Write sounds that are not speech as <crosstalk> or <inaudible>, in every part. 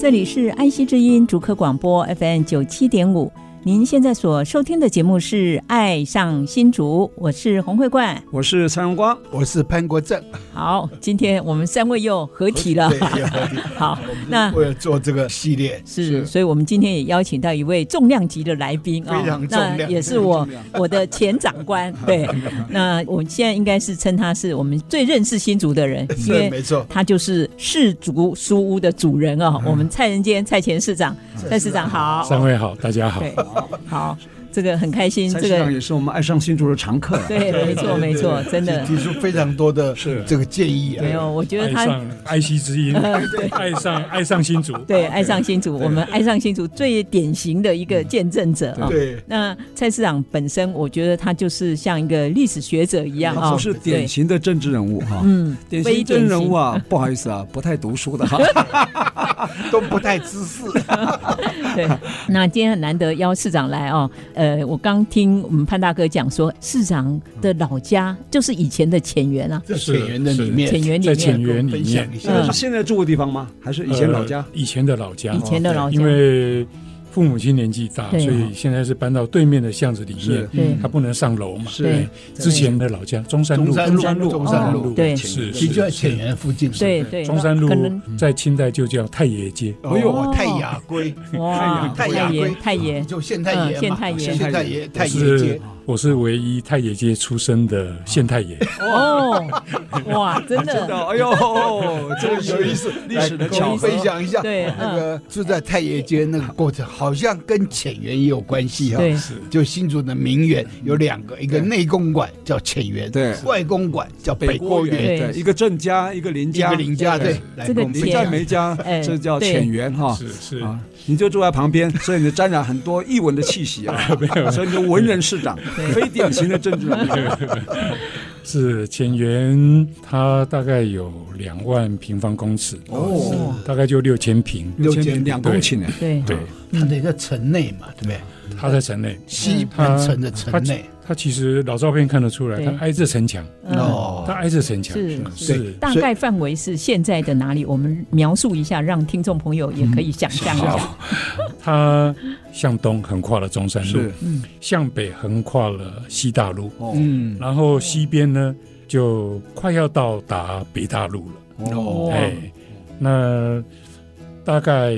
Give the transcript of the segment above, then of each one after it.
这里是安溪之音竹科广播 FM 九七点五，您现在所收听的节目是《爱上新竹》，我是洪慧冠。我是蔡荣光，我是潘国正。好，今天我们三位又合体了对。有合体 <laughs> 好，那为了做这个系列，是，所以我们今天也邀请到一位重量级的来宾啊、非常重那量也是我我的前长官。对，那我现在应该是称他是我们最认识新竹的人，因是为没错。他就是氏族书屋的主人哦，我们蔡仁坚蔡前市长，蔡市长好，三位好，大家好。对，好，这个很开心，蔡这市长个也是我们爱上新竹的常客啊。对，没错没错，真的提出非常多的是这个建议啊没。有，我觉得爱他上爱惜之音，爱上爱上新竹，对爱上新竹，我们爱上新竹最典型的一个见证者啊。对，那蔡市长本身，我觉得他就是像一个历史学者一样啊，不是典型的政治人物哈对，，嗯，典非型政治人物啊，不好意思啊，不太读书的哈。 <laughs> 都不太知识。对，那今天很难得邀市长来哦。呃，我刚听我们潘大哥讲说，市长的老家就是以前的浅园啊，这水源的里面浅园里在浅面，园里分享一面，下，那是现在住的地方吗？还是以前老家呃？以前的老家以，哦前的老家因，为父母亲年纪大，对所以现在是搬到对面的巷子里是面，对他不能上楼呃嘛。哎对是，之前的老家中山路，中山路中山路对是其实是就在是浅园附近。嗯对对，中山路可 <laughs> 能在清代就叫太爷街，哎呦，太雅归，哦哇，太太雅爷归，太爷，就县太爷嘛，嗯县太爷县太爷，太爷我是街。我是唯一太爷街出生的县太爷，哦，哇，真真的，的，哎呦， <laughs> 这个有意思，历史的来跟巧我合分。享一下。对嗯那个住在太爷街那个过程，好像跟浅园也有关系哈。对，就新竹的名园有两个，一个内公馆叫浅园，对外公馆叫北郭园，对对，一个郑家，一个林一家个，林家对对，来这个跟我们林分家享梅家哎，这叫对浅园哦哈。是是啊，你就住在旁边，所以你沾染很多异文的气息 <laughs> 啊，所以你就文人市长，非典型的政治人物。是浅园，它大概有两万平方公尺，哦，大概就六千平，六千平两公顷哎，对，对，它的一个城内嘛，对不对？它在城内，西半城的城内，它其实老照片看得出来，对它挨着城墙，嗯，哦它，挨着城墙，是是大概范围是现在的哪里？我们描述一下，让听众朋友也可以想象哦一下。它向东横跨了中山路是，，向北横跨了西大路，哦，嗯，然后西边呢就快要到达北大路了。哦，哇哎，那大概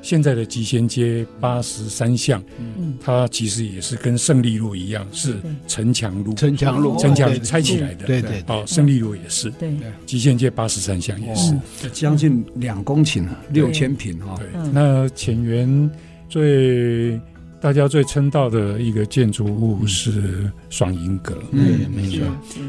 现在的集贤街八十三巷，嗯它其实也是跟胜利路一样，是城墙路，城墙路，嗯城墙对拆起来的。对对对，哦，胜利路也是，对，集贤街八十三哦巷也是。哦将近两公顷啊，六千平哈，对嗯，那浅园最大家最称道的一个建筑物是爽银阁，嗯对，没错，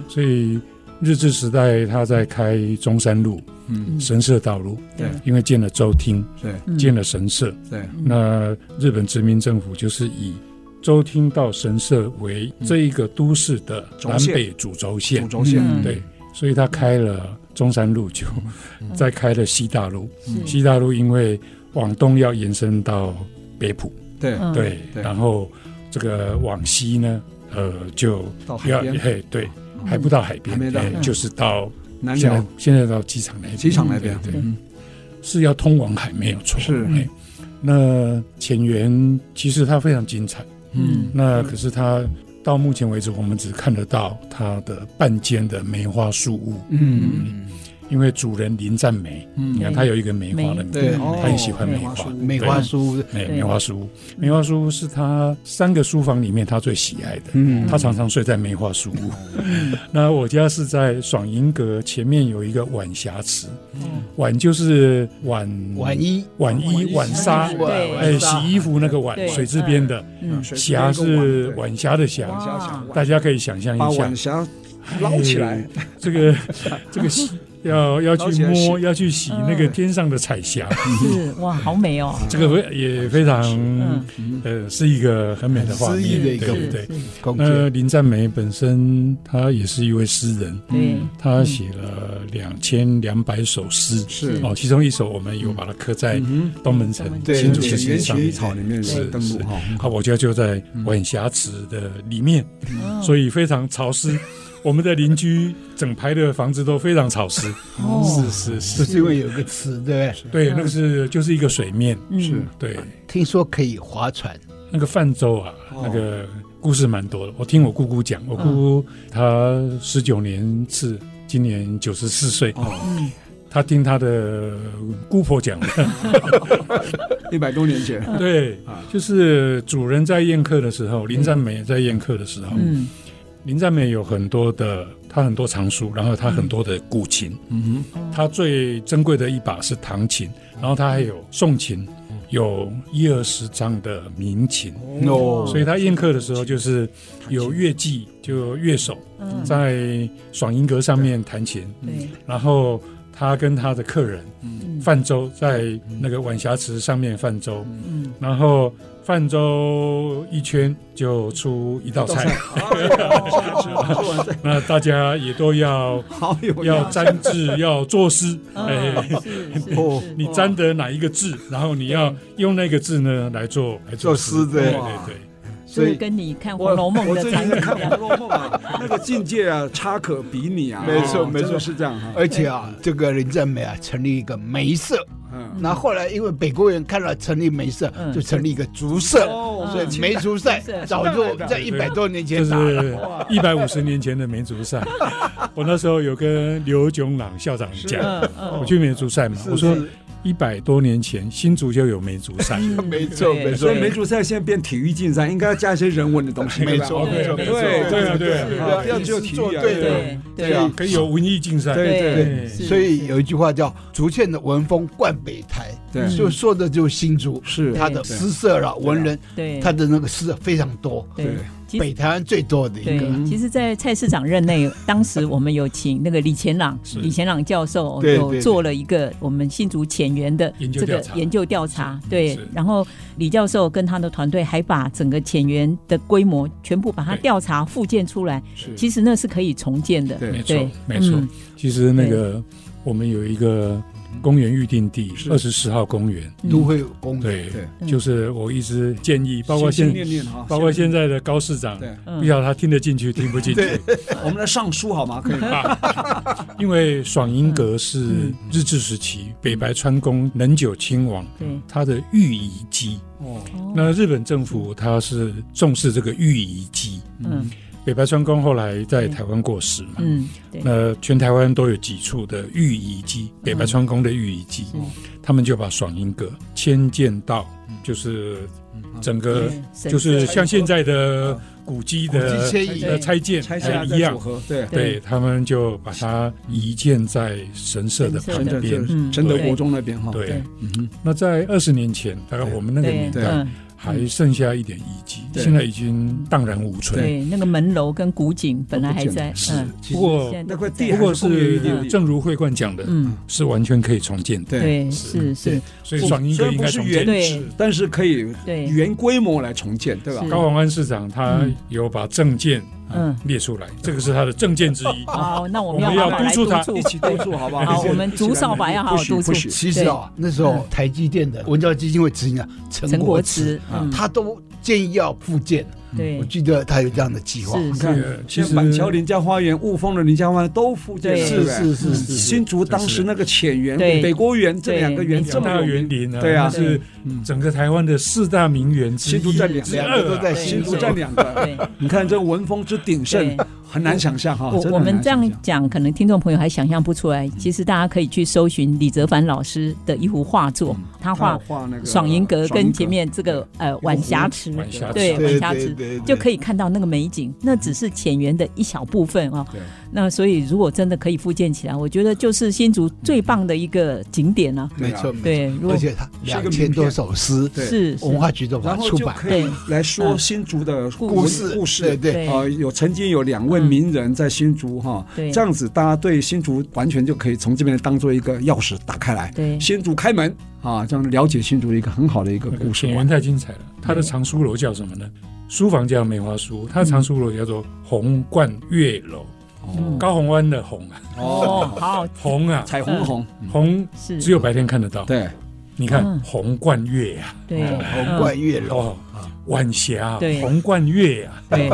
所以日治时代他在开中山路、嗯，神社道路，对因为建了州厅，对嗯建了神社，对，那日本殖民政府就是以州厅到神社为这一个都市的南北主轴线主，轴线，嗯嗯对，所以他开了中山路就，嗯再开了西大路，是西大路因为往东要延伸到北浦，对，嗯对，对然后这个往西呢，呃，就到海要边哦嘿，对，还不到海还没边，到哎嗯就是到南现在寮现在到机场那边，机场那边，对，对嗯是要通往海没有错，是哎那浅园其实它非常精彩，嗯那可是它到目前为止，我们只看得到它的半间的梅花树屋，嗯，因为主人林占梅，嗯你看他有一个梅花梅的名，对，哦他很喜欢梅梅花花树，梅花酥，哎，对梅花书，梅花书是他三个书房里面他最喜爱的。嗯他常常睡在梅花书屋。 <laughs> 那我家是在爽银阁前面有一个晚霞池，嗯晚就是晚晚衣晚衣晚纱，对哎，洗衣服那个晚对，水字边的嗯水是一个霞碗是对晚霞的晚霞，霞想大家可以想象把一下晚，霞捞起来哎，这个这个洗要要捞去起 <laughs> 来洗摸，要去洗那个天上的彩霞。是哇，好美哦，这个非也非常嗯，呃，是一个很美的画很诗面，意的对一个嗯对是对是。空那间，林占梅本身她也是一位诗人，对，嗯她写了两千两百首诗，是哦，其中一首我们有把它刻在嗯东门城东门城新竹写的原石上起面。草里面有是登是录哈，啊，我家就在嗯晚霞池的里面，嗯所以非常潮 <laughs> 湿。我们的邻居整排的房子都非常潮湿，哦，是是，就是是因为有个池，对不对？对，那个是就是一个水面，嗯是对，听说可以划船，那个泛舟啊，哦嗯那个故事蛮多的。我听我姑姑讲，我姑姑她十九年次，今年九十四岁，哦，她听她的姑 <laughs> 婆讲的，一百多年前，对啊，就是主人在宴客的时候，林占美在宴客的时候，嗯林占美有很多的，她很多藏书，然后她很多的古琴，嗯，她最珍贵的一把是唐琴，然后她还有宋琴，有一二十张的民琴。哦所以他宴客的时候就是有乐伎，就乐手嗯，在爽音阁上面弹琴，对，然后他跟他的客人嗯泛舟在那个晚霞池上面泛舟，嗯，然后泛舟一圈就出一道菜， <laughs> 哦那大家也都要好有要沾字，要作诗， <laughs> 嗯哎。是是哦是你沾得哪一个字，然后你要用那个字呢来做来作诗对对对对，所所以以跟你看《我红楼梦我》的最场近在景看一《样，红楼梦》啊，那个境界啊，差可比拟啊，没错哦没错真的是这样哈，而且啊，这个林占美啊，成立一个梅社，嗯，那后来因为北国园看到成立梅社嗯，就成立一个竹社，哦 <laughs> 所以梅竹赛是早就在一百多年就前打了。是一百五十年前的民族 <laughs> 赛，我那时候有跟刘炯朗校长讲，嗯嗯我去民族赛嘛，我说一百多年前新竹就有民族赛，嗯，没错对没错所以梅竹赛现在变体育竞赛，应该要加一些人文的东西，没对吧错对对没对错对对啊对啊对对啊啊，不要一只有直体做育啊，对的对对对啊可以有文艺竞赛，哎对对，是所以是有一句话叫“竹县的文风冠北台”，对嗯就说的就是新竹，是他的诗社了，文人对他的那个诗非常多，对，其实北台湾最多的一个。对，其实，在蔡市长任内，当时我们有请那个李前朗，李前朗教授对对有做了一个我们新竹浅园的研究这个调查研究调查，对是。然后李教授跟他的团队还把整个浅园的规模全部把它对调查复建出来，是其实那是可以重建的，对没对错，没错嗯。其实那个我们有一个公园预定地，二十四号公园，嗯都会公园，对，对嗯就是我一直建议，包括心心现念念哈，包括现在的高市长，对，嗯不晓得他听得进去听不进去。我们来上书好吗？可以 <laughs> 吗？因为爽银嗯阁是日治时期北白川宫能久亲王对，他的御遗迹。哦，哦那日本政府他是重视这个御遗迹。嗯北白川宫后来在台湾过世嘛，嗯，对，那全台湾都有几处的御遗迹，北白川宫的御遗迹，嗯哦他们就把爽银阁迁建到就是整个嗯就是像现在的古迹古迹的迁移呃拆建拆下来呃再一样组，合，哎对，对他们就把它移建在神社的神社旁承德边。嗯承德对国中那边哈，对对，那在二十年前，大概我们那个对年，代嗯，还剩下一点遗迹，对现在已经荡然无存。对，那个门楼跟古井本来还在，是嗯，，不过现在那都块不在地不过还是公园一是定正如会冠讲的，嗯，是完全可以重建的。对，对，是是，所以爽音嗯虽阁然应不该是重建。原址，但是可以对，原规模来重建，对吧是？高啊宏安市长他嗯有把证件嗯列出来，这个是他的证件之一。 <laughs> 好，那我们我要们好要好来督促他促一起督促好不好？好一起我们一起竹扫把来要好好不许督促不许其实啊，那时候台积电的文教基金会执行长嗯陈陈国国慈，啊慈，嗯嗯，他都建议要复建，对我，记得他有这样的计划。是你是，看是，嗯现其在实板桥林家花园、雾峰的林家花园都附近对是是是是新竹当时那个浅园、对北国园这两个园对这两么大有园名，林啊，对啊它是嗯整个台湾的四大名园之一啊新竹占两两个都在对新新竹竹占两个，对你看这文风之鼎盛对，很难想象哈。我啊真的我很难们这想样象讲，可能听众朋友还想象不出来。其实大家可以去搜寻李泽凡老师的一幅画作，他画画那个爽银阁跟前面这对个呃晚霞池，晚霞池对晚对霞对池对，就可以。以看到那个美景，那只是浅园的一小部分哦对。那所以如果真的可以复建起来，我觉得就是新竹最棒的一个景点啊。没错，对，如果而且他是一两个名千片多首诗，对是文化局都把然它后出就版。可以来说嗯新竹的故事故事，对对啊，有曾经有两位名人在新竹哈，对这样子大家对新竹完全就可以从这边当做一个钥匙打开来，对新竹开门啊，这样了解新竹一个很好的一个那个故事演观员。太精彩了。他的藏书楼叫什么呢？书房叫梅花书，他的藏书楼叫做红冠月楼，哦嗯高红湾的红啊，哦，好红啊，彩虹红，红嗯是只有白天看得到。对，你看嗯红冠月呀，对红冠月楼，哦，啊晚霞，啊对红冠月呀，对，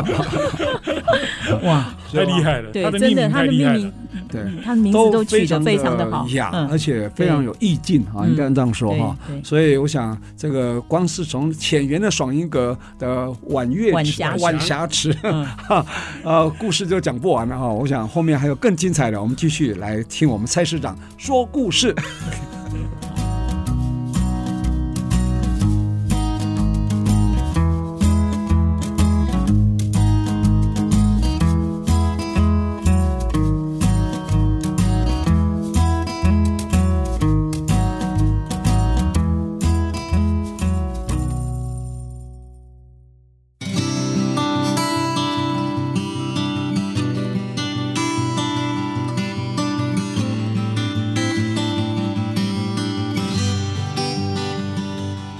哇，太厉害了，对他，的真命的名他太的厉命害名了。，对嗯他的名字都取得非常的的好，雅，而且非常有意境啊，嗯应该这样说哈对对。所以我想，这个光是从浅园的爽音阁的晚月池晚霞池晚霞池， <laughs> 嗯哈，呃，故事就讲不完了哈。我想后面还有更精彩的，我们继续来听我们蔡市长说故事。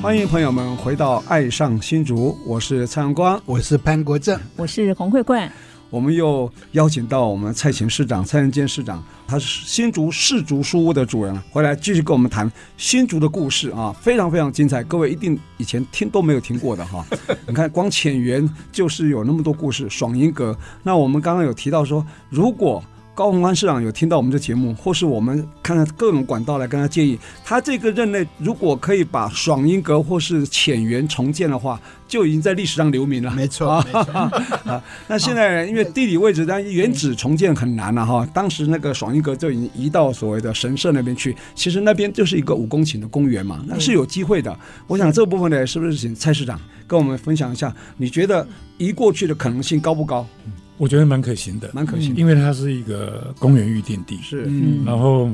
欢迎朋友们回到《爱上新竹》，我是蔡阳光。我是潘国正，我是洪慧冠，我们又邀请到我们蔡琴市长、蔡仁坚市长，他是新竹市竹书屋的主人，回来继续跟我们谈新竹的故事啊，非常非常精彩，各位一定以前听都没有听过的哈。你看，光浅园就是有那么多故事，爽银阁。那我们刚刚有提到说，如果高鸿安市长有听到我们的节目，或是我们看看各种管道来跟他建议，他这个任内如果可以把爽英阁或是浅园重建的话，就已经在历史上留名了。没错，没错，那现在因为地理位置，但原址重建很难了、哈。当时那个爽英阁就已经移到所谓的神社那边去，其实那边就是一个五公顷的公园嘛，那是有机会的。我想这部分呢，是不是请蔡市长跟我们分享一下？你觉得移过去的可能性高不高？我觉得蛮可行的，蛮可惜的，因为它是一个公园预定地，是嗯，然后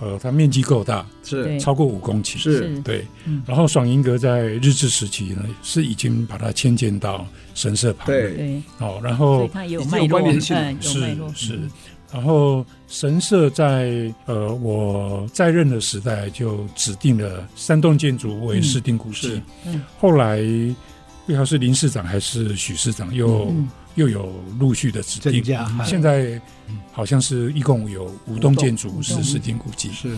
呃，它面积够大，是对超过五公顷，是对嗯。然后爽银阁在日治时期呢，是已经把它迁建到神社旁边，对对，哦，然所以后它也有已经脉有络，关联性了嗯，有脉是络，是，然后神社在呃我在任的时代就指定了三栋建筑为市定古迹，嗯嗯后来不知道是林市长还是许市长又、嗯又有陆续的指增 <laughs> 定，加现在好像是一共有五栋建筑五是栋市定古迹，是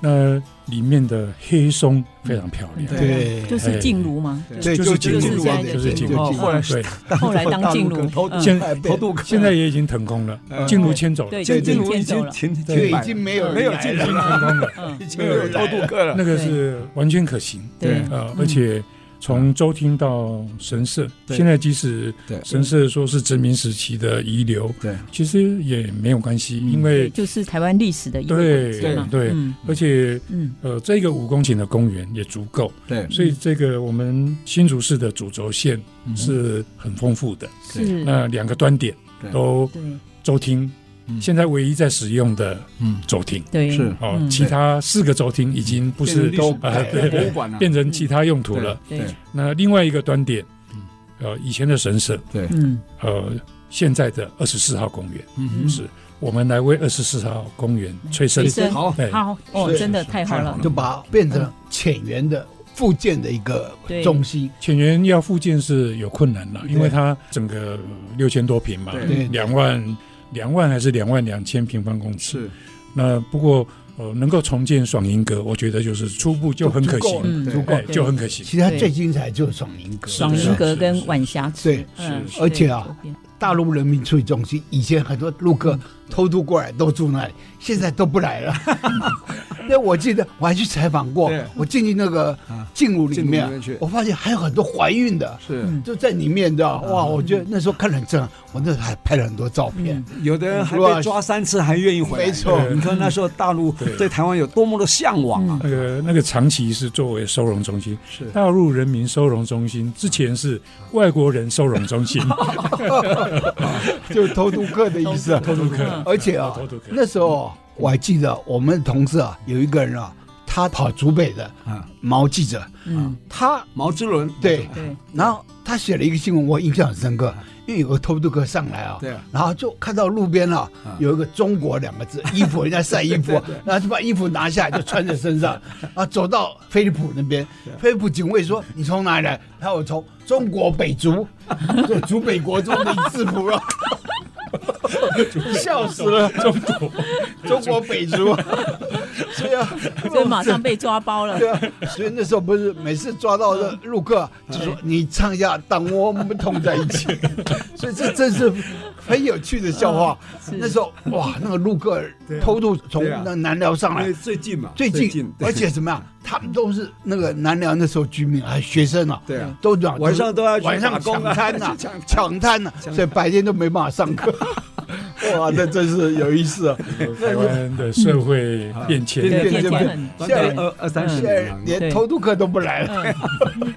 那里面的黑松非常漂亮，对啊就是静茹嘛，对对，就是进进入入啊就是进入入后来对，后来当静茹，嗯现哎头度现在也已经腾空了，嗯进入迁走了对，，进进进入入已已经经停对，停已摆经了，没有人没有来进已经了，腾空了，嗯，已经没有偷渡客了。那个是完全可行。对呃，嗯而且从州厅到神社，对现在即使对神社说是殖民时期的遗留，对，其实也没有关系，嗯因对，为就是台湾历史的一个对轨迹嘛对嗯而且嗯，呃，这个五公顷的公园也足够，对所以这个我们新竹市的主轴线嗯是很丰富的。是，那两个端点对都对州厅嗯，现在唯一在使用的嗯州厅。对是哦，嗯其他四个州厅已经不不是都哎呃对博对物馆了，变成其他用途了。嗯对对那另外一个端点嗯，呃，以前的神社，对嗯呃，现在的二十四号公园，嗯是我们来为二十四号公园吹生吹生好对，好哦，是真的太好太好了了，就把它变成浅园的复建的一个对中心，浅园要复建是有困难了，对因为它整个六千多平嘛对，对两万两万还是两万两千平方公尺。是那不过呃，能够重建爽银阁，我觉得就是初步就很可行，嗯，足够哎对就很可行。其实它最精彩就是爽宁阁，爽是银的阁跟晚霞池，对，嗯，是对而且啊，周边大陆人民处理中心以前很多陆客偷渡过来都住那里，现在都不来了。那我记得我还去采访过对，我进去那个啊进入里进入里面面去，嗯我发现还有很多怀孕的，是就在里面的哇！我觉得那时候看得很震撼，我那时候还拍了很多照片。有的人还被抓三次还愿意回来，没错嗯你看那时候大陆对对台湾有多么的向往啊！那个那个长期是作为收容中心，是大陆人民收容中心，之前是外国人收容中 <laughs> 心，啊就是偷渡客的意思。偷渡客， <laughs> 而且啊偷渡客，那时候啊我还记得我们同事啊，有一个人啊，他跑竹北的啊，毛记者，嗯，他毛之伦对，对，然后他写了一个新闻，我印象很深刻，因为有个偷渡客上来啊，对啊然后就看到路边啊啊有一个“中国”两个字，衣服人家晒衣服，然后就把衣服拿下来就穿在身上，啊，走到菲利普那边，菲利普警卫说：“你从哪里来？”他说：“我从中国北竹，就竹北国中的制服啊。” <laughs> 笑死了，中国 <laughs> 中国北竹，所以啊，所以马上被抓包 <laughs> 了。对啊，所以那时候不是每次抓到的陆客哎就说你唱一下《当我们痛在一 <laughs> 起》，所以这真是很有趣的笑啊话。那时候哇，那个陆客偷渡从对啊那南辽上因为来，最近嘛，最最近近，对而且怎么样，他们都是那个南辽那时候居民还学生啊，对啊，都这样晚上都要去晚上打工抢啊滩呐去 <laughs> 抢，滩抢滩呐，所以白天都没办法上 <laughs> 课。哇，那真是有意思啊！台湾的社会变嗯对迁，对变变变很短短现在嗯二二三十现在年了连偷渡客都不来了。嗯，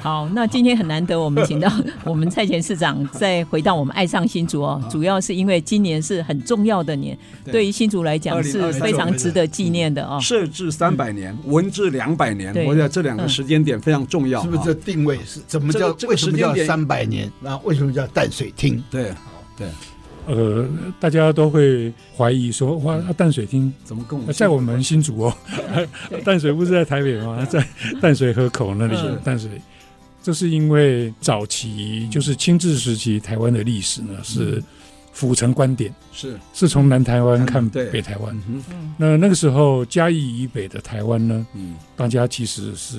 好，那今天很难得，我们请到 <laughs> 我们蔡前市长再回到我们爱上新竹哦，啊主要是因为今年是很重要的年，对对于新竹来讲是2023非常值得纪念的哦。设置三百年，文治两百年，对我觉得这两个时间点非常重要啊，嗯是不是这定位是怎么叫这个这？个为什么时叫间点三百年？那为什么叫淡水厅？对，呃，大家都会怀疑说，哇，淡水厅怎么跟我呃们在我们新竹哦，淡水不是在台北吗？在淡水河口那里嗯，淡水。这是因为早期就是清治时期，台湾的历史呢是府城观点，是，是从南台湾看对北台湾嗯。哼，那那个时候嘉义以北的台湾呢，嗯，大家其实是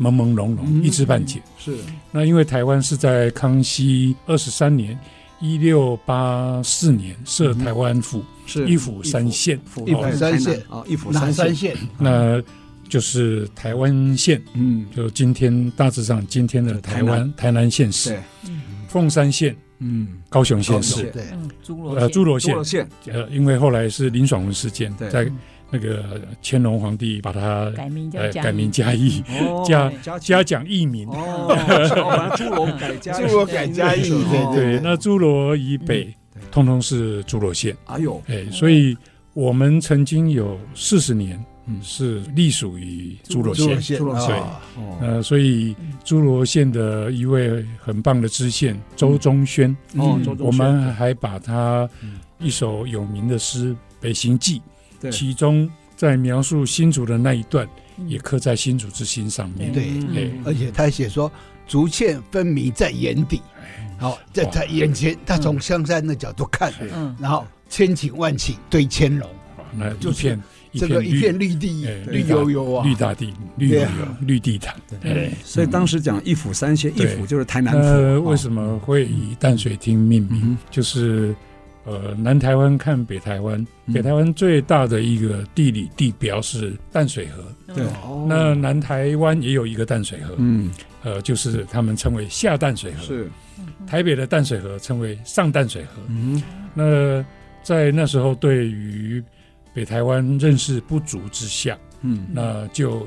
朦朦胧胧，嗯一知半解。是那因为台湾是在康熙二十三年（一六八四年）设台湾府，是一府三县府哦一府三台南县啊，一府哪三三县，县？那就是台湾县，嗯，就今天大致上今天的台湾台南县市、对，凤山县、嗯，高雄县高雄市县、对，嗯，侏罗呃县诸罗多县了，县，呃，因为后来是林爽文事件，对在那个乾隆皇帝把它改名叫呃嘉义改名嘉义，哦嘉 <laughs> 嘉嘉奖义民。哦，把它侏罗 <laughs> 改嘉义，侏罗改嘉义哦对对，那诸罗以北嗯对通通是诸罗县，哎呦，嗯哎，所以我们曾经有四十年嗯是隶属于诸罗诸县罗。县诸罗县啊，哦，呃，所以嗯诸罗县的一位很棒的知县周宗轩，哦嗯周宗我轩们还把他嗯一首有名的诗《北行记对》，其中在描述新竹的那一段，嗯也刻在新竹之心上面。对嗯而且他写说竹堑分明在眼底，好，在在眼前，他从香山的角度看，嗯，然后千顷万顷堆千龙，那就一是片这个一一片片绿地哎，绿油油啊绿。大地、绿油对油啊、绿地毯。哎所以当时讲一府三县，一对府就是台南那啊府，为什么会以淡水厅命名？嗯就是呃，南台湾看北台湾，嗯北台湾最大的一个地理地标是淡水河。哼？哦对，那南台湾也有一个淡水河，嗯，呃，就是他们称为下淡水河。是，台北的淡水河称为上淡水河。嗯，那在那时候，对于北台湾认识不足之下，嗯，那就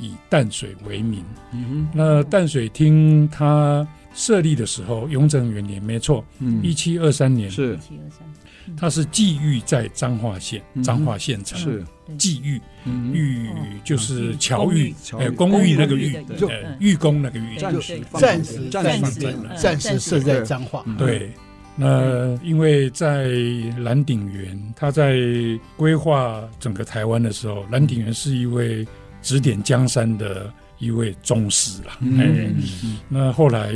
以淡水为名。嗯那淡水厅它设立的时候，雍正元年没错，嗯一七二三年，是七二三，它是寄寓在彰化县嗯，彰化县城。是，寄寓，嗯寓嗯就是侨公寓寓，呃，侨寓公寓那个公寓，寓的寓对嗯寓公那个寓。暂时对放暂时暂暂时时放嗯暂时设在彰化，嗯对，那因为在蓝鼎元，他在规划整个台湾的时候，蓝鼎元是一位指点江山的一位宗师啦。嗯哎，那后来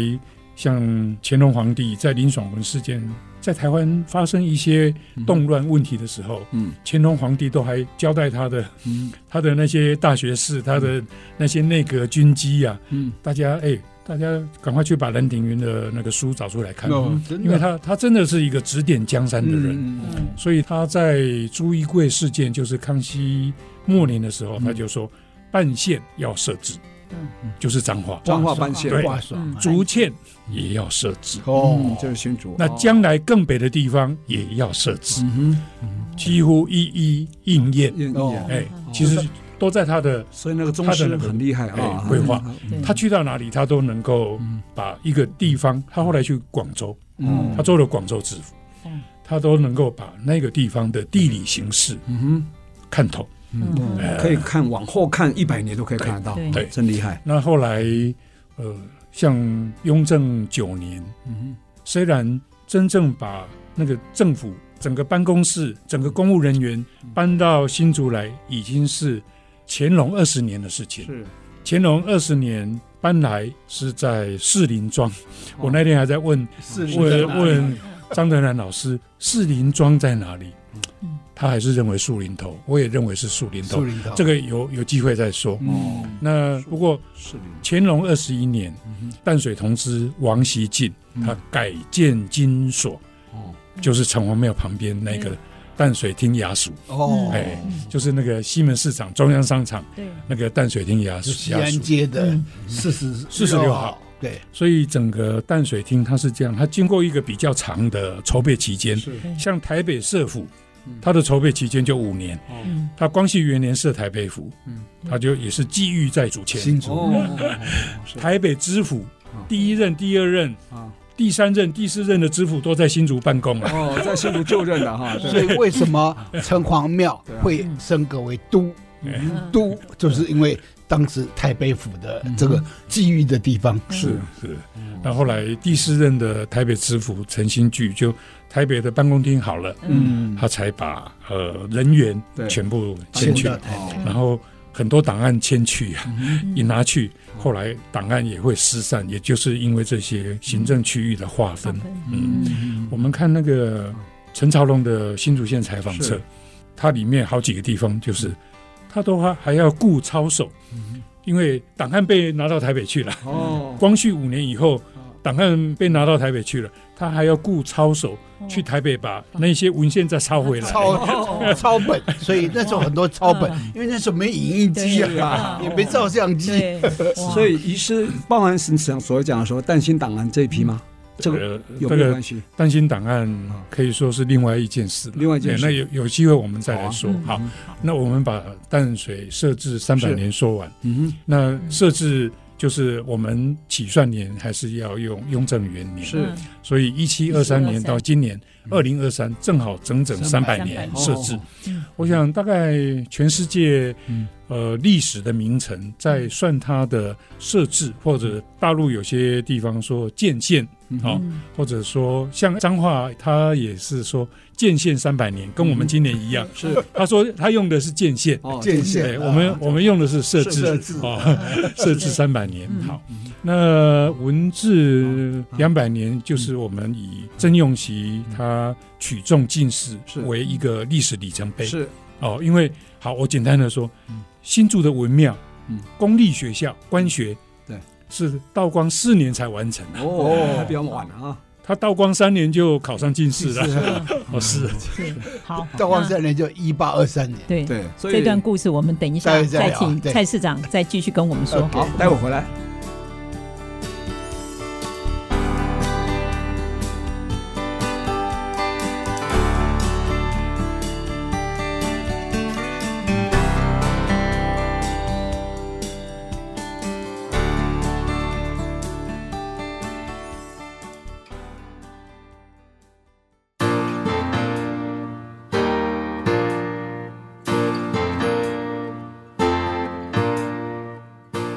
像乾隆皇帝在林爽文事件在台湾发生一些动乱问题的时候，嗯乾隆皇帝都还交代他的嗯他的那些大学士，他的那些内阁军机呀、啊，嗯大家哎大家赶快去把蓝鼎云的那个书找出来看，哦真的因为他他真的是一个指点江山的人，嗯嗯所以他在朱一贵事件，就是康熙末年的时候，他就说办县要设置，就是彰化，彰化半线对，哇爽啊嗯竹堑也要设置。嗯哦，，就是新竹。那哦将来更北的地方也要设置，嗯几乎一一应验哼，。燕哦燕哎，其实都在他的，所以那个宗他的师那个很厉害哎啊，规划嗯他去到哪里，他都能够把一个地方。他后来去广州，嗯他做了广州知府，他都能够把那个地方的地理形势嗯哼看透。嗯哎可以看往后看一百年都可以看得到，对对真厉害。那后来，呃，像雍正九年，嗯虽然真正把那个政府整个办公室、整个公务人员搬到新竹来，已经是乾隆二十年的事情。是乾隆二十年搬来是在士林庄，我那天还哦在哦问是问嗯问张德南老师，士林庄在哪里？他还是认为树林头，我也认为是嗯树林树头。嗯林头这个有有机会再说。哦，那不过是乾隆二十一年，淡水同知王习进嗯他改建金所，哦就是城隍庙旁边那个淡水厅衙署，哦，哎，就是那个西门市场中央商场对，那个淡水厅衙就署西衙安署。街的嗯四十46号，对，所以整个淡水厅它是这样，它经过一个比较长的筹备期间，是像台北社府，嗯它的筹备期间就五年，哦它光绪元年设台北府，嗯它就也是寄寓在主前。新竹哦，是台北知府啊第一任、第二任啊、第三任、第四任的知府都在新竹办公 <laughs> 了。哦，在新竹就任了哈，对所以为什么城隍庙会升格为都？都就是因为当时台北府的这个际遇的地方是是，那后来第四任的台北知府陈新聚就台北的办公厅好了，嗯他才把呃人员对啊全部迁迁哦去到，台北。然后很多档案迁去啊，嗯 <laughs> 一拿去，后来档案也会失散，也就是因为这些行政区域的划哦分。嗯，我们看那个陈朝龙的新竹县采访册是，它里面好几个地方就是，他都还还要雇操守，因为档案被拿到台北去了。嗯哦，光绪五年以后，档案被拿到台北去了，他还要雇操守哦去台北把那些文献再抄回来。嗯抄抄本，所以那时候很多抄本，因为那时候没影印机啊，也没照相机， <laughs> 对，所以遗失包含是想所讲的说担心档案这一批吗？这个呃有这没有个关系？担心档案可以说是另外一件事了，另外一件事嗯对那有有机会我们再来说。好好，那我们把淡水设置三百是年说完。嗯那设置就是我们起算年还是要用雍正元年，哼，是所以一七二三年1723到今年二零二三，正好整整嗯三百年嗯300设置哦。我想大概全世界嗯呃历史的名城，在算它的设置，或者大陆有些地方说建县嗯，好、或者说像彰化，它也是说建县三百年，跟我们今年一样。是他说他用的是建县。哦，建对，线啊。我们我们用的是设置，设置哦， <laughs> 设置三百年。好，那文字两百年就是我们以曾用席他取中进士是为一个历史里程碑。是哦，因为好，我简单的说，新竹的文庙嗯、公立学校、官学，对，是道光四年才完成的。哦，还比较晚了啊，他道光三年就考上进士了。 <laughs> 哦，是是 <laughs> 好，到光三年就一八二三年，对。对，所以这段故事我们等一下待会再再聊啊请对蔡市长再继续跟我们说。好，待会儿回来。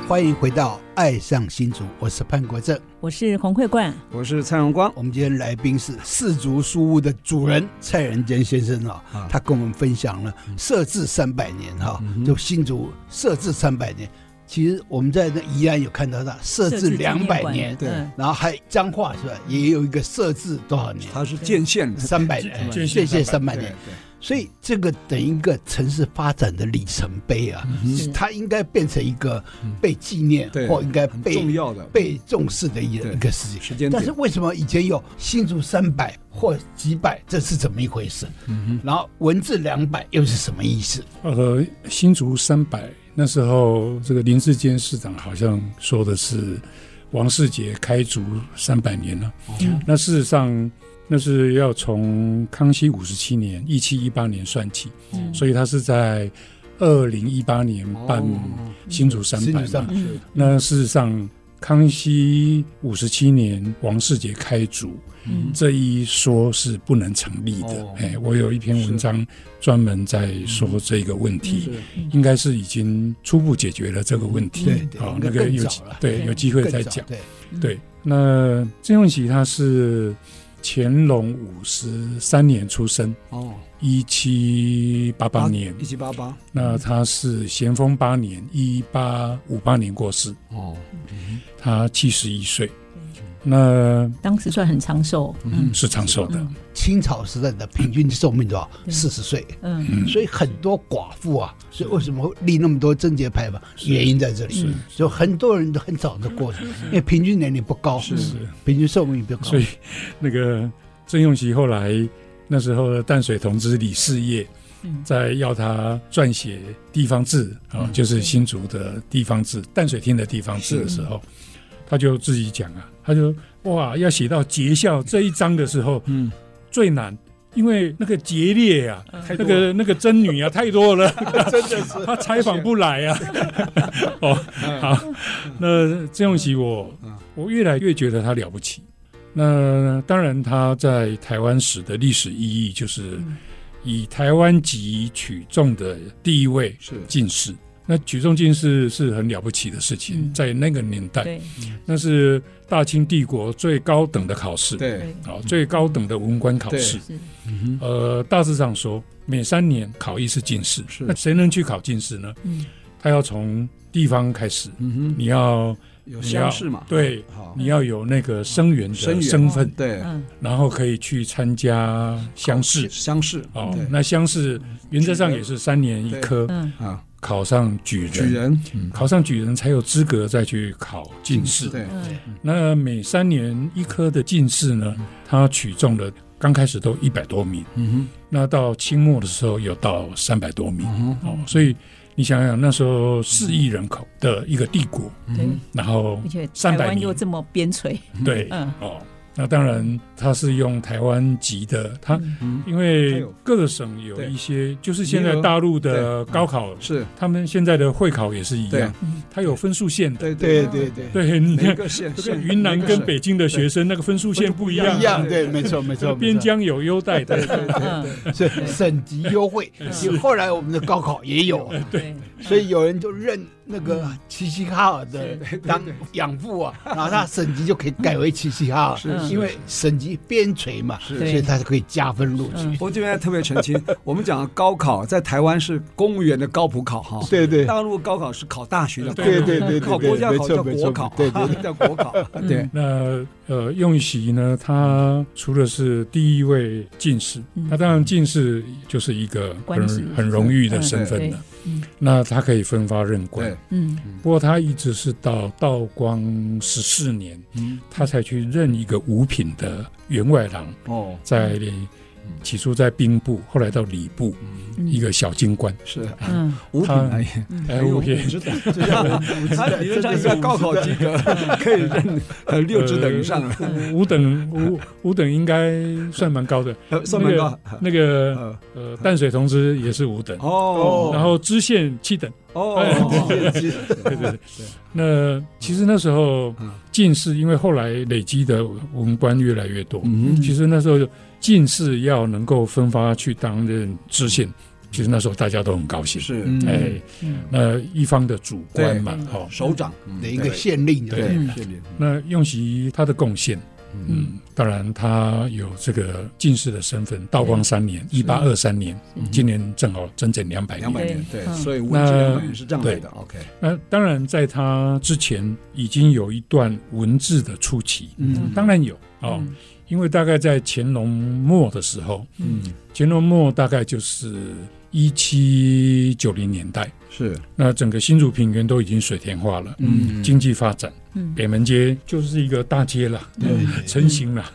欢迎回到《爱上新竹》，我是潘国正。我是洪慧冠，我是蔡荣光，我们今天来宾是四足书屋的主人蔡仁坚先生啊啊，嗯他跟我们分享了设置三百年哈、嗯哼就新竹设置三百年。其实我们在那宜安有看到他设置两百年，对嗯然后还彰化是吧？也有一个设置多少年？他是建县三百年，建县县300三百对年。对所以这个等一个城市发展的里程碑啊，是它应该变成一个被纪念嗯对或应该很被重要的被重视的一个对一个事情。时间但点是，为什么以前有新竹三百或几百，这是怎么一回事？嗯然后文字两百又是什么意思？呃，新竹三百那时候，这个林志坚市长好像说的是王世杰开竹三百年了。那事实上，那是要从康熙五十七年（一七一八年）算起，嗯所以他是在二零一八年办哦新竹三新百竹三嘛。百嗯那事实上，康熙五十七年王世杰开竹，嗯这一说是不能成立的哦。哎、我有一篇文章专门在说这个问题，应该是已经初步解决了这个问题。对嗯对嗯好、应该那个更有早机了对对有机会更再早讲。对，对，那郑用喜他是乾隆五十三年出生，哦，一七八八年。一七八八那他是咸丰八年，一八五八年过世，哦，他七十一岁。那当时算很长寿，嗯是长寿的，清朝时代的平均寿命多少？四十岁。嗯，嗯所以很多寡妇啊，所以为什么会立那么多贞节牌坊，原因在这里。所以很多人都很早的过，因为平均年龄不高，是。平均寿命不高所。以那个郑用锡后来那时候的淡水同知李士业嗯，在要他撰写地方志啊、就是新竹的地方志、淡水厅的地方志的时候，他就自己讲啊，他就哇，要写到节孝这一章的时候，嗯，最难。因为那个节烈啊，太多那了个那个贞女啊，太多了，真的是他采访不来啊。 <laughs> 哦，好，那郑用锡我我越来越觉得他了不起。那当然，他在台湾史的历史意义就是以台湾籍取中的第一位是进士。那举重进士是很了不起的事情，嗯在那个年代，对那是大清帝国最高等的考试，对，对，啊，最高等的文官考试对。是嗯哼呃，大致上说，每三年考一次进士，是那谁能去考进士呢？嗯他要从地方开始，嗯哼，你要有你要相似嘛？，对，好，你要有那个生源生的源哦身份，对，嗯然后可以去参加乡试。相似哦对，那乡试原则上也是三年一科，嗯啊，考上举举人，人嗯考上举人才有资格再去考进士。对，嗯那每三年一科的进士呢，他取中了，刚开始都一百多名，嗯那到清末的时候有到三百多名。嗯哼，哦，所以你想想那时候四亿人口的一个帝国，对，然后而且台嗯三百湾名又这么边陲，对，嗯 <laughs> 哦，那当然他是用台湾籍的，他嗯哼，因它为有各个省有对一些，就是现名在额大陆的高考，是他们现在的会考也是一对样，它有分数线的。对对对对，对，你每看个县这个县云南每个跟省北京的学生那个分数线不一样一啊，样对，没错没这个错。边疆有优待的。嗯，是省级优惠，后来我们的高考也有，嗯对，所以有人就认那个齐齐哈尔的当养父啊，然后他省级就可以改为齐齐哈是尔，是因为省级边陲嘛，所是以他就可以加分录取嗯。我这边特别澄清，我们讲高考在台湾是公务员的高普考哈， <laughs> 对对大陆高考是考大学的高考，对对对对考对国家没考错叫没国错考，对 <laughs> 对叫国考，对，那呃，用席呢，他除了是第一位进士，嗯那当然进士就是一个官职很很荣誉的身份对了。，那他可以分发任官对，，嗯不过他一直是到道光十四年，嗯，他才去任一个五品的员外郎，哦，在起初在兵部，后来到礼部，嗯一个小军官。是嗯 <laughs> 五品他而已，哎，五品职等，他理论上应该高考及格， <laughs> 可以认呃六职等以上了，嗯五等五五等应该算蛮高的。算蛮高，那个呃，呃，淡水同知也是五等，哦，然后知县七等。哦，对对对对对。那其实那时候嗯进士，因为后来累积的文官越来越多，嗯其实那时候进士要能够分发去担任知县，其实那时候大家都很高 <laughs> 兴。是嗯哎，嗯那一方的主官嘛，哦，首长的一个县令，对对，嗯县令那用其他的贡献，嗯，当然他有这个进士的身份，道光三年，一八二三年，今年正好整整两百两年。百年，对对，嗯所以文那治两百年是这样来的。OK，那当然，在他之前已经有一段文字的初期，嗯当然有哦嗯，因为大概在乾隆末的时候，嗯，乾隆末大概就是一七九零年代，是，那整个新竹平原都已经水田化了，嗯经济发展，嗯北门街就是一个大街了，对成型了。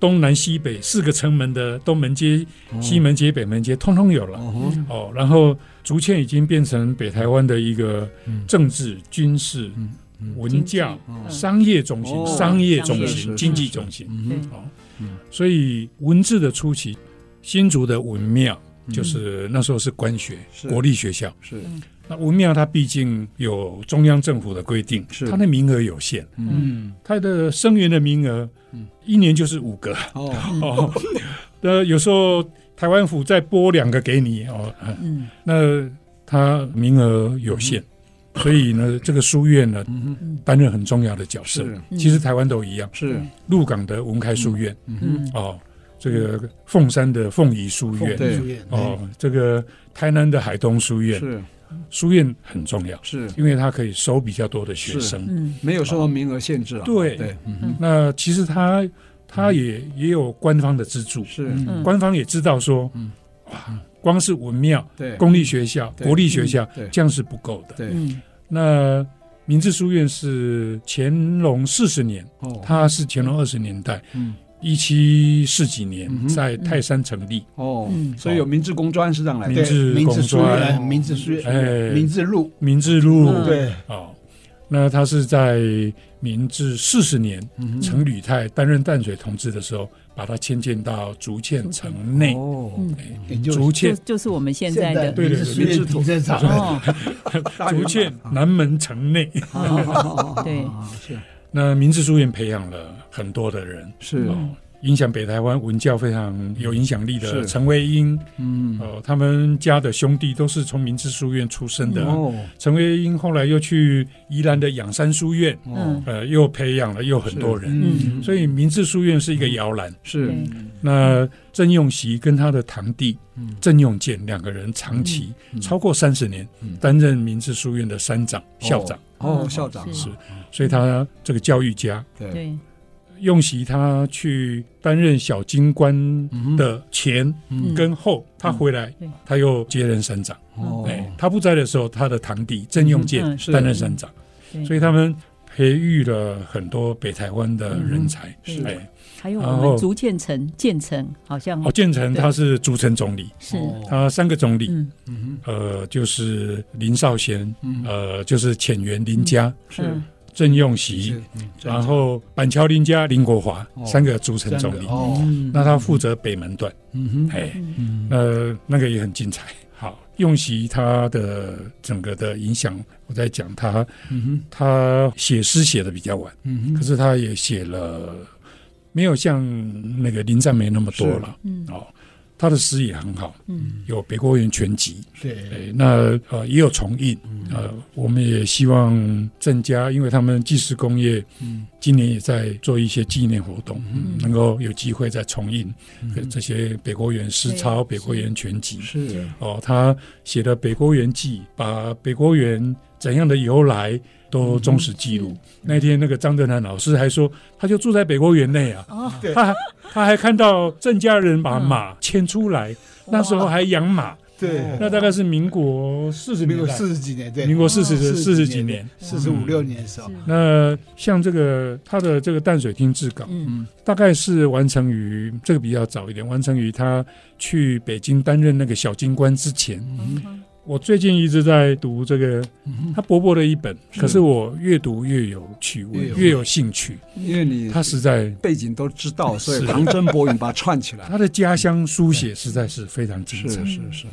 东南西北四个城门的东门街、西门街、北门街，通通有了。哦吼，哦，然后竹堑已经变成北台湾的一个嗯政治、军事、文教、哦嗯商业中心、哦商业中是是心、是经济中心。嗯对哦嗯，所以文字的初期，新竹的文庙就是那时候是官学、嗯是国立学校。是，那文庙它毕竟有中央政府的规定，是它的名额有限，嗯，它的生源的名额一年就是五个。哦， <laughs> 哦，那有时候台湾府再拨两个给你哦，呃嗯那它名额有限，所以呢，这个书院呢嗯哼担任很重要的角色。是嗯其实台湾都一样，是，鹿港的文开书院，嗯哦，这个凤山的凤仪书院，对哦，这个台南的海东书院，是书院很重要，是，因为它可以收比较多的学生。嗯没有受到名额限制啊。对对，嗯那其实它它也也有官方的资助，是，嗯官方也知道说，嗯哇，光是文庙、对，公立学校、对国立学校对这样是不够的。对，嗯那明治书院是乾隆四十年，哦，它是乾隆二十年代嗯，一七四几年哼在泰山成立，哦嗯，所以有明治公专是这样来的。明治明治公书专院、明治书哎院、明治路，明治路嗯对，哦，那它是在明治四十年嗯哼陈履泰担任淡水同志的时候，把它迁建到竹堑城内。哦，嗯嗯也就是就竹堑就是我们现现在在的明治书院停车场，哦，竹堑啊南门城内， <laughs> <laughs> 哦对，是那明治书院培养了很多的人，是，影响北台湾文教非常有影响力的是陈维英，嗯，哦，他们家的兄弟都是从明治书院出身的。哦，陈维英后来又去宜兰的仰山书院，嗯呃，又培养了又很多人。嗯所以明治书院是嗯一个摇篮。是对嗯那郑用锡跟他的堂弟郑用健两个人长期、超过三十年嗯担任明治书院的山长、校长，嗯嗯哦，校长是，所以他这个教育家。对，对，用习他去担任小京官的前嗯跟后，他回来对他又接任省长。哦，哎，他不在的时候，他的堂弟郑用健嗯是担任省长，对所以他们培育了很多北台湾的人才。嗯是哎，还有然我后们竹建城建城好像哦，建成对他是竹城总理，是他呃三个总理，嗯嗯呃，就是林少贤，嗯呃，就是浅源林家、嗯是，郑用锡，是然后板桥林家林国华哦三个竹城三总个理。哦，那他负责北门段，嗯哼，哎，嗯呃，那个也很精彩。好，用习他的整个的影响，我在讲他，嗯他写诗写的比较晚，哼，嗯可哼，是他也写了，没有像那个林占梅那么多了。嗯哦，他的诗也很好，嗯有《北国园全集》，对，对，那呃也有重印，嗯呃，我们也希望郑家，因为他们技师工业嗯今年也在做一些纪念活动，嗯能够有机会再重印嗯呃这些北国园诗抄、北国园全集。是，啊哦，他写的《北国园记》，把北国园怎样的由来嗯都忠实记录。那天那个张德南老师还说，他就住在北国园内啊，哦对他还他还看到郑家人把马牵出来，那时候还养马，对， <laughs> 那大概是民国四十民年国代，四十几年，对，民国四十哦四十几年。四十五六年的时候，那像这个他的这个淡水厅志稿，嗯大概是完成于这个比较早一点，完成于他去北京担任那个小京官之前。我最近一直在读这个他伯伯的一本，可是我越读越有趣味越，有越有兴趣。因为你他实在背景都知道，所以是旁征博引把它串起来，他的家乡书写实在是非常精是彩，是是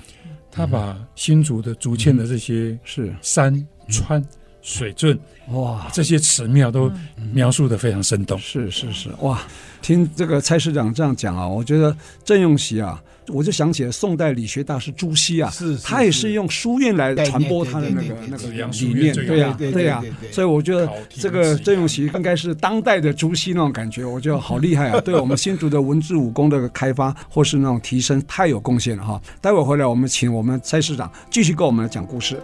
他把新竹的竹堑的这些是，山川水圳哇，这些祠庙都描述的非常生动。是是是，哇！听这个蔡市长这样讲啊，我觉得郑用锡啊，我就想起了宋代理学大师朱熹啊，是是他也是用书院来对传播他的那对个对对那个对对理念，对对呀对对对呀对对。对所以我觉得考题这个是郑用锡应该是当代的朱熹那种感觉，我觉得好厉害啊！对我们新竹的文治武功的开发或是那种提升太有贡献了哈。待会儿回来我们请我们蔡市长继续跟我们讲故事。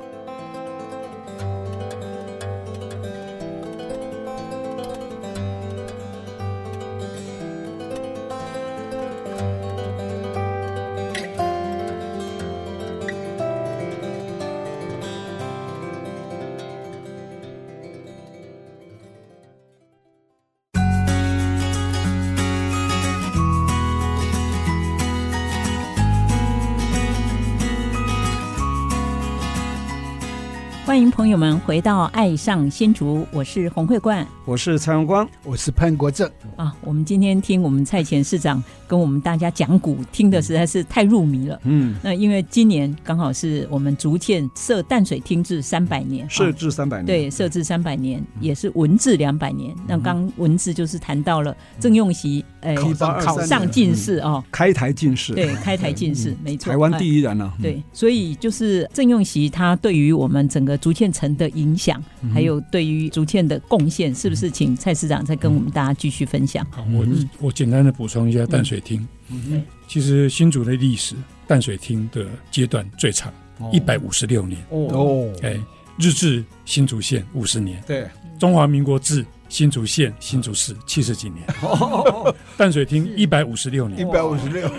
欢迎朋友们回到《爱上新竹》，我是洪慧冠我是蔡荣光，我是潘国正，啊。我们今天听我们蔡前市长跟我们大家讲古，听的实在是太入迷了。嗯，那因为今年刚好是我们竹堑设淡水厅制三百年，设啊置三百年，嗯对，设置三百年，也是文治两百年。那刚文治就是谈到了嗯郑用锡，呃，考上考上进士哦，开台进士，对，开台进士，没错，嗯台湾一。第一人呢、啊。对，所以就是郑用锡他对于我们整个竹堑城的影响，嗯还有对于竹堑的贡献，是不是？请蔡市长再跟我们大家继续分享。好，我我简单的补充一下淡水厅。嗯其实新竹的历史，淡水厅的阶段最长，一百五十六年。哦，哦，哎，日治新竹县五十年，对，中华民国治新竹县新竹市七十几年，哦，淡水厅一百五十六一年。百五十六，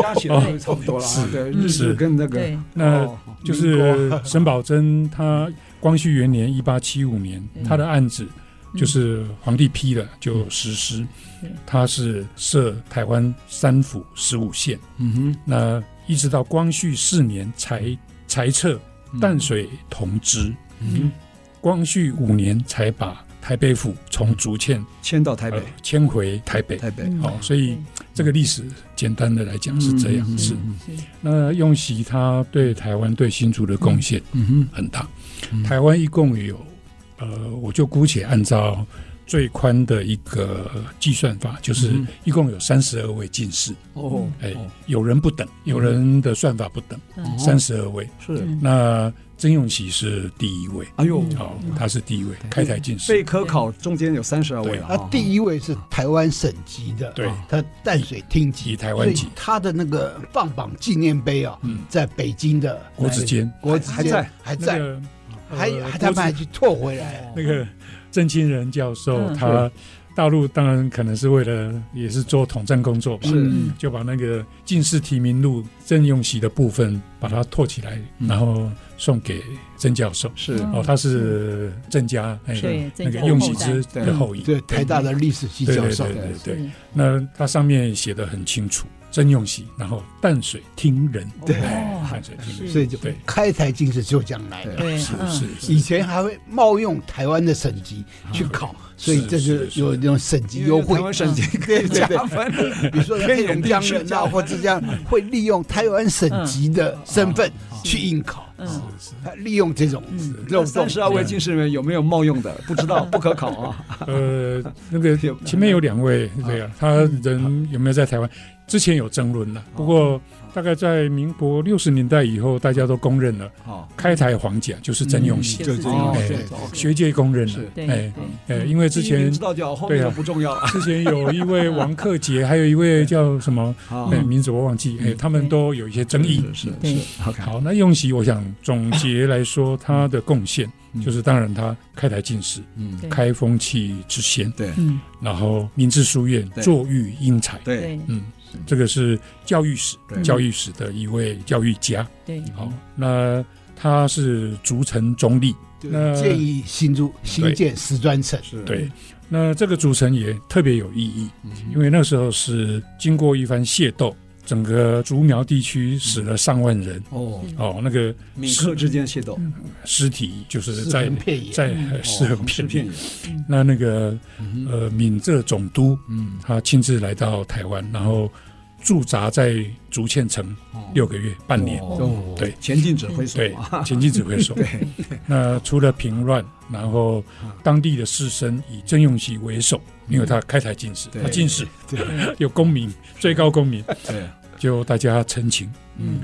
加起来就差不多了啊。是对，日式跟那个对，那哦就是沈葆桢，他光绪元年一八七五年，嗯他的案子就是皇帝批了就实施，嗯他是设台湾三府十五县，嗯那一直到光绪四年才裁撤嗯淡水同知，嗯光绪五年才把台北府从竹堑哼，迁到台北呃，迁回台北。台北嗯嗯好、所以这个历史简单的来讲是这样，是那用喜他对台湾对新竹的贡献嗯哼，很大。嗯台湾一共有呃，我就姑且按照最宽的一个计算法，就是嗯一共有三十二位进士。哦，嗯嗯哎，有人不等，有人的算法不等，三十二位。是，嗯那曾永喜是第一位，哎呦，好、他是第一位，开台进被士。科考中间有三十二位对啊他，第一一位是台湾省级的，对他淡水厅级，以台湾籍所以他的那个棒棒纪念碑啊，在北京的国子监，国子监哦还在还那在，个还呃还国他子们还去拓回来，那个郑清仁教授，嗯他大陆当然可能是为了也是做统战工作吧，是嗯就把那个进士提名录郑用锡的部分把它拓起来，嗯然后送给郑教授。是哦，他是郑家那对个那郑个家用喜之的后裔，对台大的历史系对教对授对，对嗯对。那它上面写的很清楚，郑用喜，然后淡水听人，对哎淡水听人，所以就对开台进士就这样来的。对，啊是嗯，是以是，前还会冒用台湾的省级去考，所以这就是啊是有那种省级优惠台。湾省级可以加分，比如说黑龙江人啊，或者这样会利用台湾省级的身份去应考，嗯他利用这种漏洞三。十二位进士里面有没有冒用的？不知道，不可考啊。呃，那个 <laughs> 有前面有两位，对啊，他人有没有在台湾？之前有争论哦了，不过大概在民国六十年代以后，大家都公认了好，开台皇甲就是郑用就喜，是这样哦哎对嗯学界公认了是，对哎对哎，因为之第一名前知道就好，后面对的啊不重要了。 <laughs> 之前有一位王克杰，还有一位叫 <laughs> 什么，好哎，名字我忘记，嗯哎，他们都有一些争议。啊是对是，OK，好，那用喜，我想总结来说，他的贡献就是，当然他开台进士，嗯对开风气之先，对嗯，然后明治书院对坐育英才，对，对嗯，这个是教育史对，嗯教育史的一位教育家。对，好，那他是竹城中立，那建议新竹新建石砖城，是，对，那这个竹城也特别有意义，嗯因为那时候是经过一番械斗，整个竹苗地区死了上万人。哦，哦，那个闽客之间械斗，尸体就是石在城片野。在是哦很片片面。那那个嗯呃，闽浙总督嗯他亲自来到台湾，然后驻扎在竹堑城六个月，半年。哦对前进指挥所对啊，， <laughs> 前进指挥所。那除了平乱，然后嗯当地的士绅以郑用锡为首，因为他开台进士，对他 <laughs> 进士对有功名，最高功名， <laughs> 对，就大家陈情。嗯，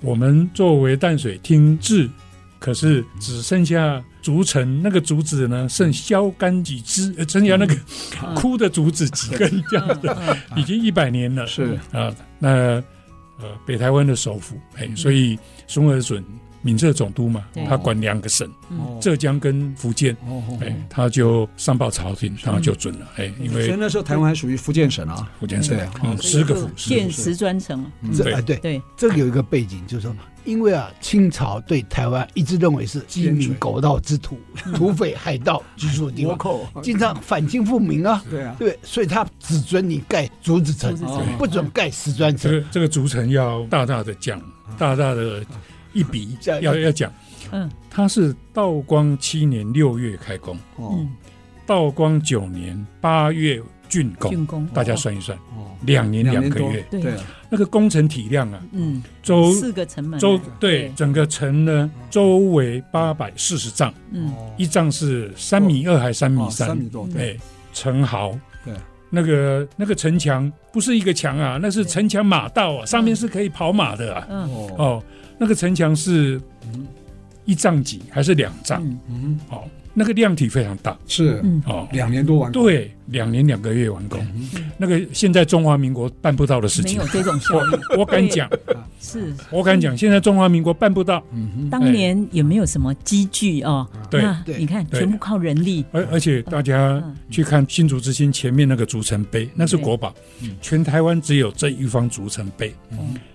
我们作为淡水听制，可是嗯只剩下竹城那个竹子呢，剩削干几枝，呃剩下那个嗯枯的竹子几根这样子，已经一百年了。是啊，那呃，北台湾的首府，哎，所以松尔准闽浙总督嘛对，他管两个省，哦浙江跟福建，哦哦哎，他就上报朝廷，他就准了，哎，因所以为那时候台湾还属于福建省啊，福建省对啊嗯十个府，十个建府石砖城，这对啊对，对，这个有一个背景，就是说，因为啊，清朝对台湾一直认为是鸡鸣狗盗之徒、土匪、海盗居住的地倭方，寇，经常反清复明啊，对啊，对，所以他只准你盖竹子城竹子哦城，不准盖石砖这城。个这个逐层要大大的讲，大大的一笔这样要要讲，嗯，他是道光七年六月开工，哦嗯，道光九年八月竣工，竣工，大家算一算，哦，两年两个多月，对对啊，那个工程体量啊，嗯，周四个城门啊，周对对整个城呢，周围八百四十丈，嗯，哦一丈是三米二还是三米哦三嗯三？米多，对，哎，城壕。对。那个那个城墙不是一个墙啊，那是城墙马道啊，上面是可以跑马的啊。嗯哦，哦，那个城墙是一丈几还是两丈？嗯嗯，哦，那个量体非常大是嗯哦。两年多完工，对，两年两个月完工，那个现在中华民国办不到的事没情有，这种效率，我我敢讲，是 <laughs> 我敢讲，现在中华民国办不到，嗯哼，当年也没有什么机具哦，对那对你看对全部靠人力，而而且大家嗯去看新竹之星前面那个竹城碑，那是国宝嗯，全台湾只有这一方竹城碑。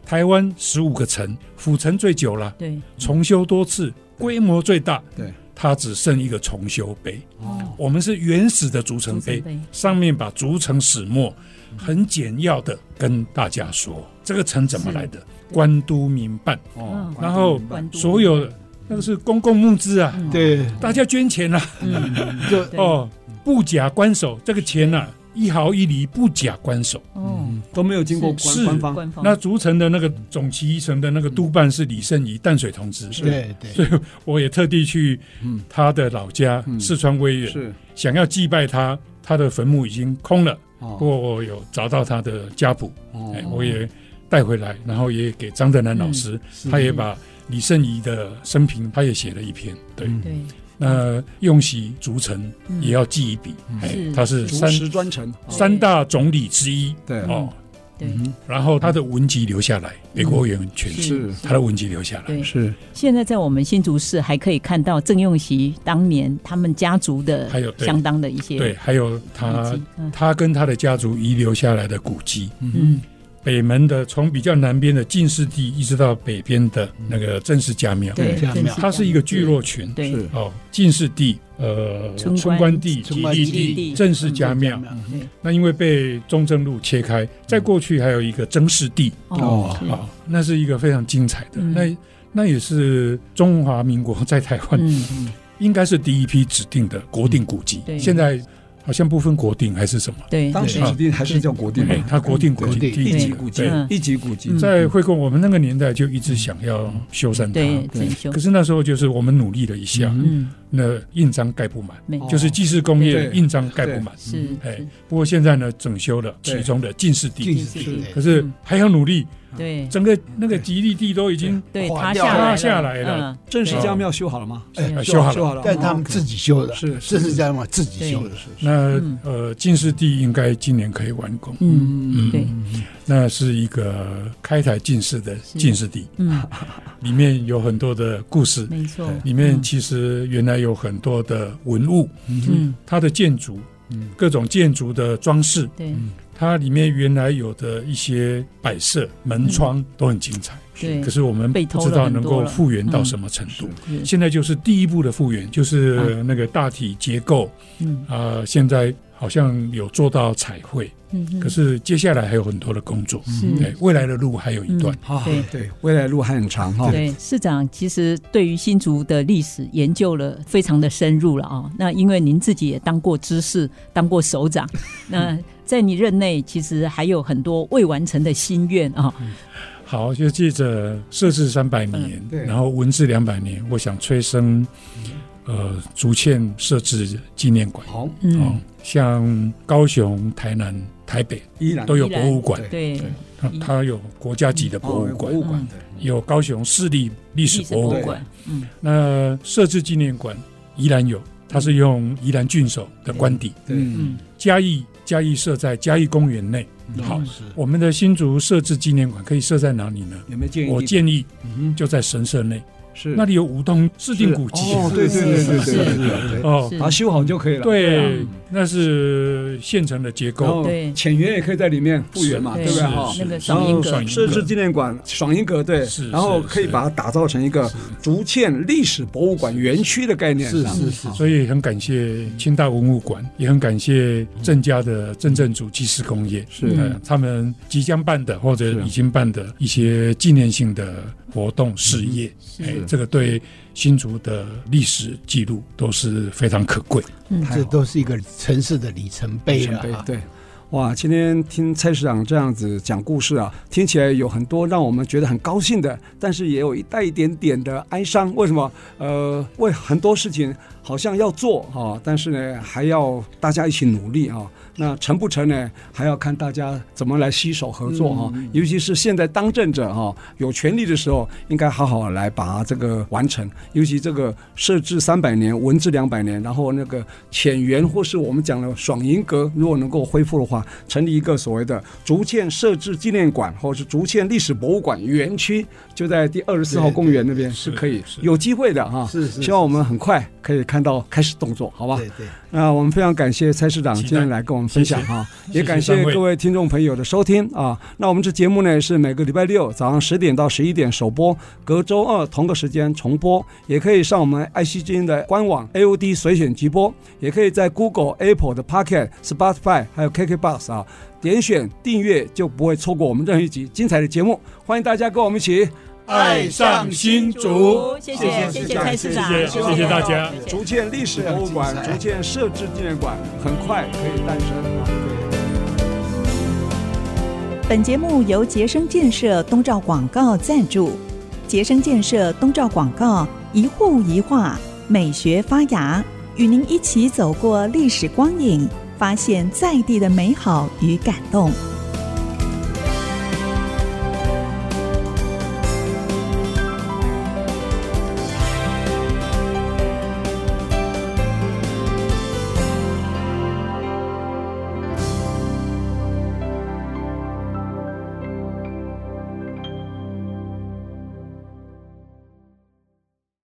台湾十五个城，府城最久了，对，重修多次，规模最大。对，它只剩一个重修碑。哦，我们是原始的竹城竹碑城碑，上面把竹城始末很简要的跟大家说，这个城怎么来的？官督民办，哦，然后明白关渡所有的那个是公共募资啊，对，大家捐钱啊。嗯，就对哦，不假官守，这个钱呐、一毫一厘不假官守。哦，都没有经过官是官方，官方那竹城的那个总旗一城的那个督办是李胜仪淡水同志，对对，所以我也特地去嗯他的老家、嗯四川威远，是想要祭拜他，他的坟墓已经空了，不哦过我有找到他的家谱，哎，哦，我也带回来，然后也给张德南老嗯师，他也把李胜仪的生平，他也写了一篇，对，嗯对，那用习竹城嗯也要记一笔，哎是，他是竹三石专程，哦三大总理之一对，对嗯哦。嗯然后他的文集留下来，北国委员全是是是他的文集留下来。对，是现在在我们新竹市还可以看到郑用锡当年他们家族的还有对相当的一些对，还有遗他迹，嗯他跟他的家族遗留下来的古迹，嗯北门的从比较南边的进士第，一直到北边的那个郑氏家庙，对，这样真没有它是一个聚落群。对是哦，进士第，呃，村官村官第、村吉官利吉利第、地郑氏家庙，对那因为被中正路切开，嗯再过去还有一个曾氏第，哦哦是啊、那是一个非常精彩的，嗯那那也是中华民国在台湾、嗯应该是第一批指定的国定古迹。对现在好像不分国定还是什么，对，当时对指定还是叫国定嘛哎，它国定古迹对第一一级级古迹对，嗯，一级古迹嗯，在惠共我们那个年代就一直想要修缮对它，整修可，是那时候就是我们努力了一下，嗯，那印章盖不满，没哦就是祭祀工业对印章盖不满。是哎是，不过现在呢，整修了对其中的进士进地，士地可是嗯还要努力，对整个那个吉利地都已经对，垮塌掉下来塌哎了下来了，嗯，正式家庙修好了吗？哎修好了修好了，哦但他们自己修的，是这哦是家庙自对己修的，是那嗯呃，进士地应该今年可以完工。嗯，对，那是一个开台进士的进士地，嗯，里面有很多的故事，没错，里面其实原来有很多的文物，嗯，它的建筑，各种建筑的装饰，对它里面原来有的一些摆设、门窗都很精彩。嗯对可，是我们被不偷知了道很能多够了嗯复原到什么程度。是现在就是第一步的复原，就是啊那个大体结构嗯啊、现在好像有做到彩绘，嗯，可是接下来还有很多的工作，嗯是对未来的路还有一段。啊对，对，未来路还很长嗯哈。对，市长其实对于新竹的历史研究了非常的深入了啊、那因为您自己也当过知事，当过首长，那在你任内，其实还有很多未完成的心愿啊、好，就借着设置三百年，对然后文治两百年，我想催生呃竹堑设置纪念馆。好，哦嗯，，像高雄、台南、台北依然都有博物馆，对，它它有国家级的博哦物博馆，物馆嗯对有高雄市立历史历史博博物物馆。馆，嗯，那设置纪念馆宜兰有，它是用宜兰郡守的官邸，对嗯嘉义嘉义设在嘉义公园内。嗯好，是我们的新竹设置纪念馆可以设在哪里呢？有没有建议？我建议嗯哼就在神社内，是那里有梧桐制定古迹。哦，对对对对是对是对对，哦，是把它修好就可以了。对，啊那是现成的结然构。后对浅园也可以在里面复原嘛，对哦对不对？是哈，那个是然赏樱后阁赏，樱设置纪念馆、爽英阁对是，然后是可以是把它打造成一个竹堑历史博物馆园区的概念。是这样是是好所以很感谢清大文物馆，也很感谢郑家的郑正主技师工业，是呃他们即将办的或者是已经办的一些纪念性的活动事业，嗯哎，这个对新竹的历史记录都是非常可贵。这都是一个城市的里程碑准了备啊。对。哇，今天听蔡市长这样子讲故事啊，听起来有很多让我们觉得很高兴的，但是也有一带一点点的哀伤。为什么？呃，为很多事情好像要做哈、但是呢，还要大家一起努力啊。那成不成呢，还要看大家怎么来携手合作哈、尤其是现在当政者哈、有权利的时候，应该好好来把这个完成。尤其这个设置三百年，文治两百年，然后那个浅园或是我们讲的爽银阁，如果能够恢复的话，成立一个所谓的竹堑设置纪念馆，或者是竹堑历史博物馆园区，就在第二十四号公园那边是可以是有机会的哈、是是希望我们很快可以看到开始动作，好吧？对对，那啊我们非常感谢蔡市长今天来跟我们分享谢谢哈、谢也感谢三位各位听众朋友的收听啊。那我们这节目呢是每个礼拜六早上十点到十一点首播，隔周二同个时间重播，也可以上我们爱惜之音的官网 AOD 随选直播，也可以在 Google、Apple 的 Pocket、Spotify 还有 KKBox 啊点选订阅，就不会错过我们任何一集精彩的节目。欢迎大家跟我们一起爱上新竹，谢谢谢谢蔡市长，谢谢谢谢大家谢谢竹堑历史博物馆、非常精竹彩堑设置纪念馆，很快可以诞生啊。对。本节目由杰生建设东照广告赞助。杰生建设东照广告，一户一画，美学发芽，与您一起走过历史光影，发现在地的美好与感动。